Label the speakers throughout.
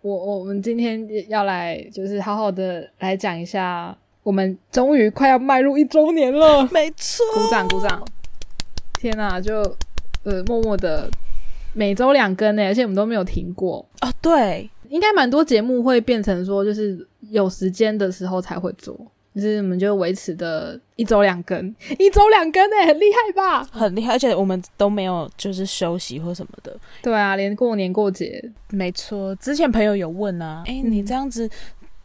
Speaker 1: 我我们今天要来就是好好的来讲一下，我们终于快要迈入一周年了，
Speaker 2: 没错，
Speaker 1: 鼓掌鼓掌！天哪、就呃默默的每周两更欸呢，而且我们都没有停过，
Speaker 2: 哦，对，
Speaker 1: 应该蛮多节目会变成说就是有时间的时候才会做。就是我们就维持的一周两更，一周两更哎、很厉害吧？
Speaker 2: 很厉害，而且我们都没有就是休息或什么的。
Speaker 1: 对啊，连过年过节，
Speaker 2: 没错，之前朋友有问啊，哎、
Speaker 1: 嗯
Speaker 2: 你这样子。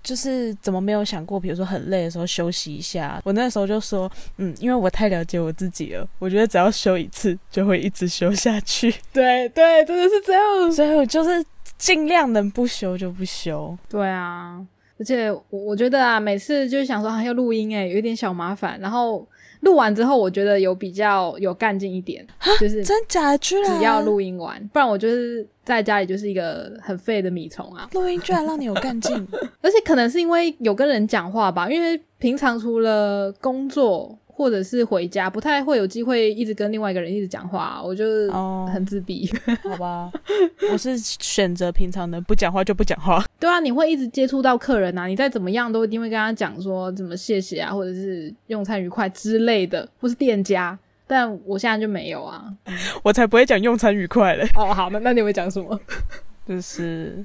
Speaker 2: 就是怎么没有想过，比如说很累的时候休息一下。我那时候就说，嗯，因为我太了解我自己了，我觉得只要休一次就会一直休下去，
Speaker 1: 对对，真的是这样。
Speaker 2: 所以我就是尽量能不休就不休。
Speaker 1: 对啊，而且我我觉得啊，每次就想说还、啊、要录音哎、有一点小麻烦。然后录完之后，我觉得有比较有干劲一 点，就是
Speaker 2: 真啊假居然
Speaker 1: 只要录音完，不然我就是在家里就是一个很废的米虫啊。
Speaker 2: 录音，居然让你有干 劲。
Speaker 1: 而且可能是因为有跟人讲话吧，因为平常除了工作或者是回家，不太会有机会一直跟另外一个人一直讲话，啊我就是
Speaker 2: 哦，
Speaker 1: 很自闭。
Speaker 2: 好 吧，我是选择平常的，不讲话就不讲话。
Speaker 1: 对啊，你会一直接触到客人啊，你再怎么样都一定会跟他讲说怎么谢谢啊，或者是用餐愉快之类的，或是店家。但我现在就没有啊。
Speaker 2: 我才不会讲用餐愉快嘞。
Speaker 1: 哦，好，那那你会讲什么？
Speaker 2: 就是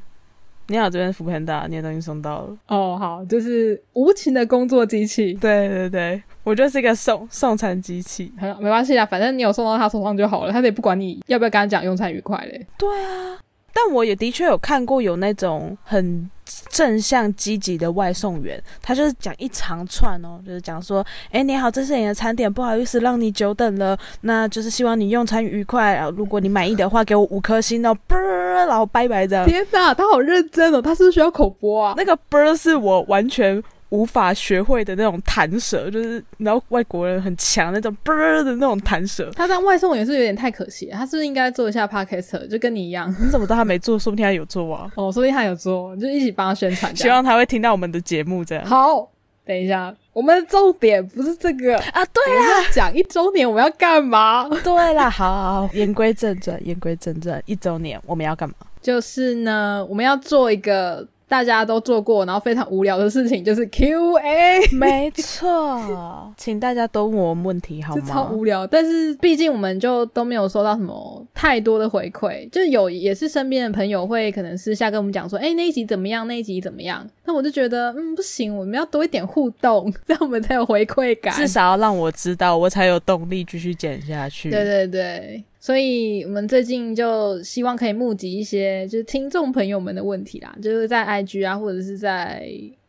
Speaker 2: 你好，这边福盆大，你的东西送到了。
Speaker 1: 哦，好，就是无情的工作机器。
Speaker 2: 对对对，我就是一个送送餐机器。
Speaker 1: 很好没关系啦，反正你有送到他手上就好了，他也不管你要不要跟他讲用餐愉快嘞。
Speaker 2: 对啊，但我也的确有看过有那种很正向积极的外送员，他就是讲一长串哦，就是讲说，哎，你好，这是你的餐点，不好意思让你久等了，那就是希望你用餐愉快，然后如果你满意的话，给我五颗星哦，啵儿，然后拜拜这样。
Speaker 1: 啊天哪，他好认真哦，他是不是需要口播啊？
Speaker 2: 那个啵儿是我完全无法学会的那种弹舌，就是你知道外国人很强那种啵儿的那种弹舌。
Speaker 1: 他当外送也是有点太可惜了，他是不是应该做一下 podcast，就跟你一样？
Speaker 2: 你怎么知道他没做？说不定他有做啊。
Speaker 1: 哦，说不定他有做，就一起帮他宣传这
Speaker 2: 希
Speaker 1: 样。
Speaker 2: 望他会听到我们的节目，这样
Speaker 1: 好，等一下，我们的重点不是这 个，
Speaker 2: 啊，对
Speaker 1: 我们要讲一周年我们要干嘛？
Speaker 2: 对啦，好好好，言归正传，言归正传，一周年我们要干嘛？
Speaker 1: 就是呢，我们要做一个大家都做过然后非常无聊的事情，就是 Q&A，
Speaker 2: 没错， 请大家都问我们问题好
Speaker 1: 就超
Speaker 2: 吗？
Speaker 1: 无聊。但是毕竟我们就都没有收到什么太多的回馈，就有也是身边的朋友会可能私下跟我们讲说，哎、那一集怎么样，那一集怎么样？那我就觉得，嗯，不行，我们要多一点互动， 这样我们才有回馈感。
Speaker 2: 至少要让我知道，我才有动力继续剪下去。
Speaker 1: 对对对，所以我们最近就希望可以募集一些就是听众朋友们的问题啦，就是在 IG 啊，或者是在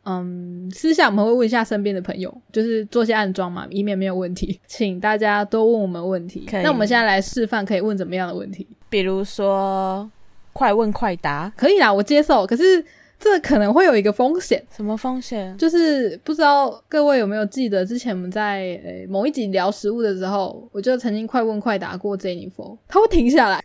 Speaker 1: 嗯私下我们会问一下身边的朋友，就是做些暗装嘛，以免没有问题， 请大家多问我们问题
Speaker 2: 可。以
Speaker 1: 那我们现在来示范可以问怎么样的问题？
Speaker 2: 比如说，快问快答，
Speaker 1: 可以啦，我接受，可是这可能会有一个风险。
Speaker 2: 什么风险？
Speaker 1: 就是不知道各位有没有记得，之前我们在呃某一集聊食物的时候，我就曾经快问快答过 Jennifer，他会停下来，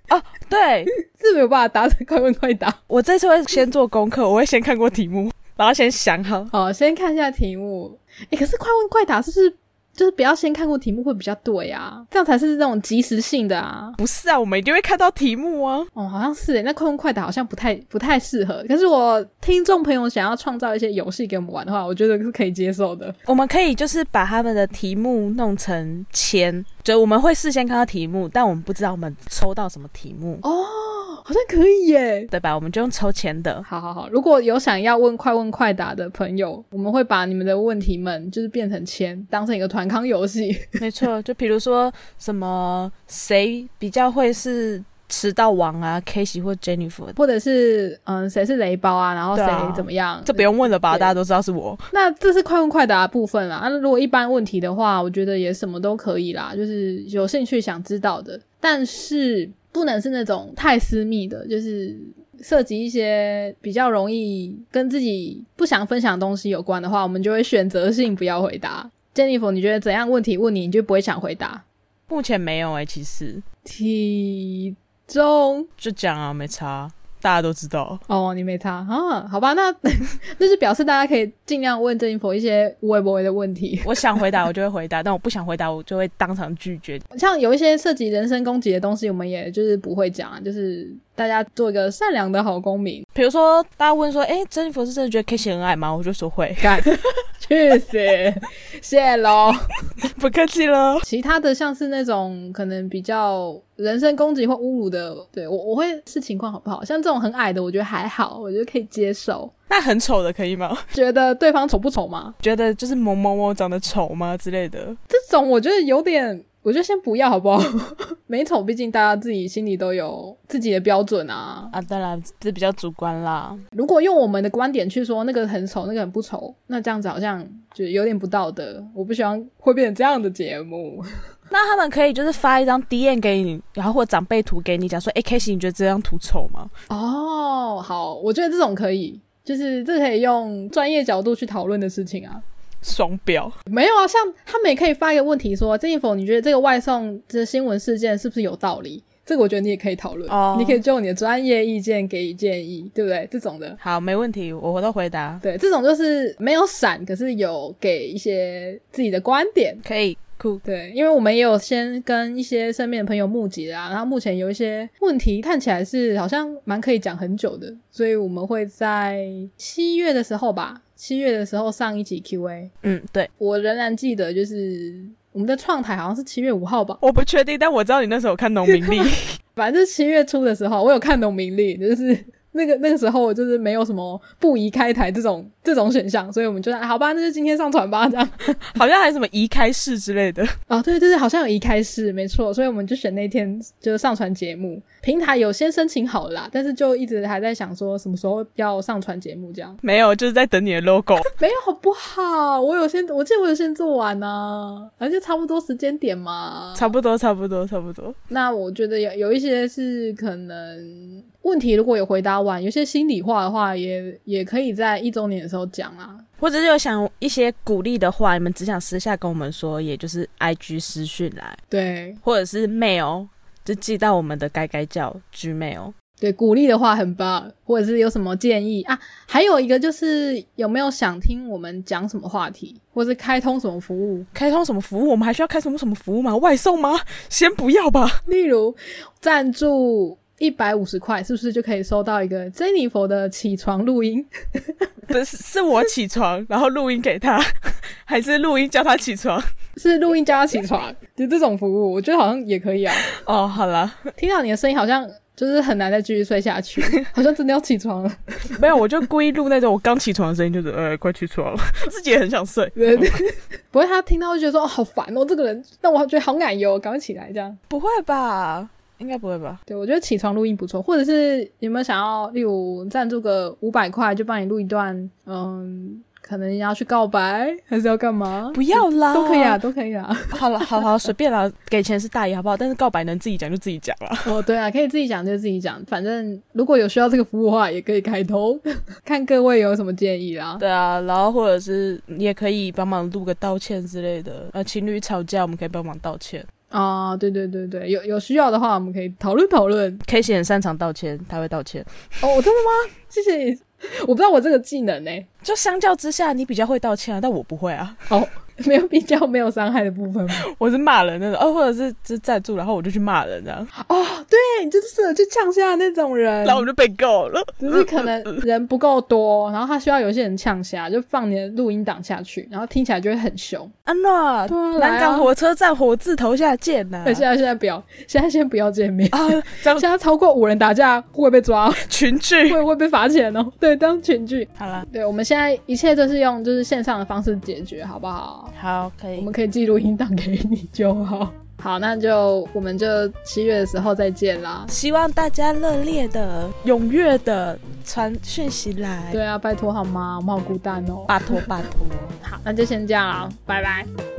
Speaker 2: 对
Speaker 1: 是没有办法达成快问快答。
Speaker 2: 我这次会先做功课，我会先看过题目，然后先想好。
Speaker 1: 好，先看一下题目。诶，可是快问快答是不是就是不要先看过题目会比较对啊？这样才是那种即时性的啊。
Speaker 2: 不是啊，我们一定会看到题目啊。
Speaker 1: 哦，好像是诶，那快问快答好像不太不太适合。可是我听众朋友想要创造一些游戏给我们玩的话，我觉得是可以接受的。
Speaker 2: 我们可以就是把他们的题目弄成签，就我们会事先看到题目，但我们不知道我们抽到什么题目，
Speaker 1: 哦，好像可以耶。
Speaker 2: 对吧？我们就用抽签的。
Speaker 1: 好好好，如果有想要问快问快答的朋友，我们会把你们的问题们就是变成签，当成一个团康游戏。
Speaker 2: 没错， 就比如说什么谁比较会是迟到王啊，Casey 或 Jennifer，
Speaker 1: 或者是嗯，谁是雷包啊，然后
Speaker 2: 对啊
Speaker 1: 谁怎么样，
Speaker 2: 这不用问了吧？
Speaker 1: 对
Speaker 2: 大家都知道是我。
Speaker 1: 那这是快问快答的部分啦。那、啊如果一般问题的话，我觉得也什么都可以啦，就是有兴趣想知道的，但是不能是那种太私密的，就是涉及一些比较容易跟自己不想分享的东西有关的话，我们就会选择性不要回答。Jennifer，你觉得怎样问题问你，你就不会想回答？
Speaker 2: 目前没有哎、其实
Speaker 1: 体重
Speaker 2: 就讲啊，没差，大家都知道。
Speaker 1: 哦，你没差啊？好吧，那 就是表示大家可以尽量问 Jennifer 一些无微不微的问题。
Speaker 2: 我想回答我就会回答，但我不想回答我就会当场拒绝。
Speaker 1: 像有一些涉及人身攻击的东西，我们也就是不会讲啊，就是大家做一个善良的好公民。
Speaker 2: 比如说，大家问说：“哎，珍妮佛是真的觉得 K 线很矮吗？”我就说会，
Speaker 1: 干， 去死，谢喽。
Speaker 2: 不客气喽。
Speaker 1: 其他的像是那种可能比较人身攻击或侮辱的，对我我会视情况好不好。像这种很矮的，我觉得还好，我觉得可以接受。
Speaker 2: 那很丑的可以吗？
Speaker 1: 觉得对方丑不丑嘛？
Speaker 2: 觉得就是某某某长得丑吗之类的？
Speaker 1: 这种我觉得有点，我觉得先不要好不 好？美丑，毕竟大家自己心里都有自己的标准啊。
Speaker 2: 啊，当然这比较主观啦。
Speaker 1: 如果用我们的观点去说那个很丑，那个很不丑，那这样子好像就有点不道德。我不希望会变成这样的节目。
Speaker 2: 那他们可以就是发一张 DM 给你，然后或长辈图给你，讲说：“哎，K 线，你觉得这张图丑吗
Speaker 1: 哦，好，我觉得这种可以，就是这可以用专业角度去讨论的事情啊。？”
Speaker 2: 双标。
Speaker 1: 没有啊，像他们也可以发一个问题说：“郑一否，你觉得这个外送这新闻事件是不是有道理？”这个我觉得你也可以讨论
Speaker 2: 哦
Speaker 1: 你可以就你的专业意见给予建议，对不对？这种的，
Speaker 2: 好，没问题，我都回答。
Speaker 1: 对，这种就是没有闪，可是有给一些自己的观点。
Speaker 2: 可以，酷。
Speaker 1: 对，因为我们也有先跟一些身边的朋友募集啦，然后目前有一些问题看起来是好像蛮可以讲很久的，所以我们会在七月的时候吧，七月的时候上一集 Q&A。
Speaker 2: 嗯，对，
Speaker 1: 我仍然记得，就是我们的创台好像是七月五号吧，
Speaker 2: 我不确定，但我知道你那时候有看农民历。
Speaker 1: 反正是七月初的时候，我有看懂明历，就是。 那个那个时候我就是没有什么不宜开台这种这种选项，所以我们就说、啊好吧，那就今天上传吧，这样。
Speaker 2: 好像还有什么移开式之类的。
Speaker 1: 哦，对对对，好像有移开式，没错，所以我们就选那天就是上传节目。平台有先申请好了啦，但是就一直还在想说什么时候要上传节目这样，
Speaker 2: 没有，就是在等你的 logo。
Speaker 1: 没有好不好？我有先，我记得我有先做完啊呢、而且差不多时间点嘛。
Speaker 2: 差不多，差不多，差不多。
Speaker 1: 那我觉得有有一些是可能问题，如果有回答完，有些心里话的话也，也可以在一周年的时候讲啊。
Speaker 2: 或者是有想一些鼓励的话，你们只想私下跟我们说，也就是 I G 私讯来，
Speaker 1: 对
Speaker 2: 或者是 mail 就寄到我们的该该叫 Gmail。
Speaker 1: 对，鼓励的话很棒，或者是有什么建议啊？还有一个就是有没有想听我们讲什么话题，或是开通什么服务？
Speaker 2: 开通什么服务？我们还需要开什么什么服务吗？外送吗？先不要吧。
Speaker 1: 例如赞助一百五十块，是不是就可以收到一个 Jennifer 的起床录音？
Speaker 2: 不是，是我起 床，然后录音给他，还是录音叫他起床？
Speaker 1: 是录音加起床，就这种服务，我觉得好像也可以啊。
Speaker 2: 哦，好啦，
Speaker 1: 听到你的声音，好像就是很难再继续睡下去，好像真的要起床了。
Speaker 2: 没有，我就故意录那种我刚起床的声音，就是呃，快起床了，自己也很想睡。
Speaker 1: 对 对不过他听到就觉得说，哦，好烦哦，这个人让我觉得好奶油，赶快起来这样。
Speaker 2: 不会吧？应该不会吧？
Speaker 1: 对，我觉得起床录音不错，或者是有没有想要，例如赞助个五百块，就帮你录一段，嗯，可能要去告白，还是要干嘛？
Speaker 2: 不要啦，
Speaker 1: 都可以啊，。都可以啊。
Speaker 2: 好了，好好随便啦，给钱是大爷好不好？但是告白能自己讲就自己讲啦。
Speaker 1: 哦，对啊，可以自己讲就自己讲，反正如果有需要这个服务的话，也可以开通， 看各位有什么建议啦。
Speaker 2: 对啊，然后或者是嗯你也可以帮忙录个道歉之类的。呃，情侣吵架我们可以帮忙道歉
Speaker 1: 啊，对对对对，有有需要的话，我们可以讨论讨论。
Speaker 2: ，K 姐很擅长道歉，他会道歉。
Speaker 1: 哦，真的吗？谢谢你， 我不知道我这个技能呢、欸
Speaker 2: 就相较之下，你比较会道歉啊，但我不会啊，
Speaker 1: 哦， 没有比较，没有伤害的部分吗？
Speaker 2: 我是骂人那种，哦，或者是就是赞助，然后我就去骂人啊，
Speaker 1: 哦，对，你就是适合去呛下那种人
Speaker 2: 然，后我们就被告 了。
Speaker 1: 只是可能人不够多，然后他需要有一些人呛下，就放你的录音档下去，然后听起来就会很凶。
Speaker 2: 安娜，
Speaker 1: 对啊，
Speaker 2: 南
Speaker 1: 来
Speaker 2: 港
Speaker 1: 啊！
Speaker 2: 火车站火字头下见啊呐、
Speaker 1: 对现在现在不要， 现在先不要见面。
Speaker 2: 啊，这样
Speaker 1: 现在超过五人打架会被抓，
Speaker 2: 群聚。
Speaker 1: 会会被罚钱哦。 对，当群聚。
Speaker 2: 好啦，
Speaker 1: 对，我们现在一切都是用就是线上的方式解决，好不好？
Speaker 2: 好，可
Speaker 1: 我
Speaker 2: 以
Speaker 1: 们，可以记录音档给你就好。 好，那就我们就七月的时候再见啦。
Speaker 2: 希望大家热烈的、踊跃的传讯息来，
Speaker 1: 对啊，拜托好吗？我们好孤单哦。
Speaker 2: 拜托拜托。
Speaker 1: 好，那就先这样啦，拜拜。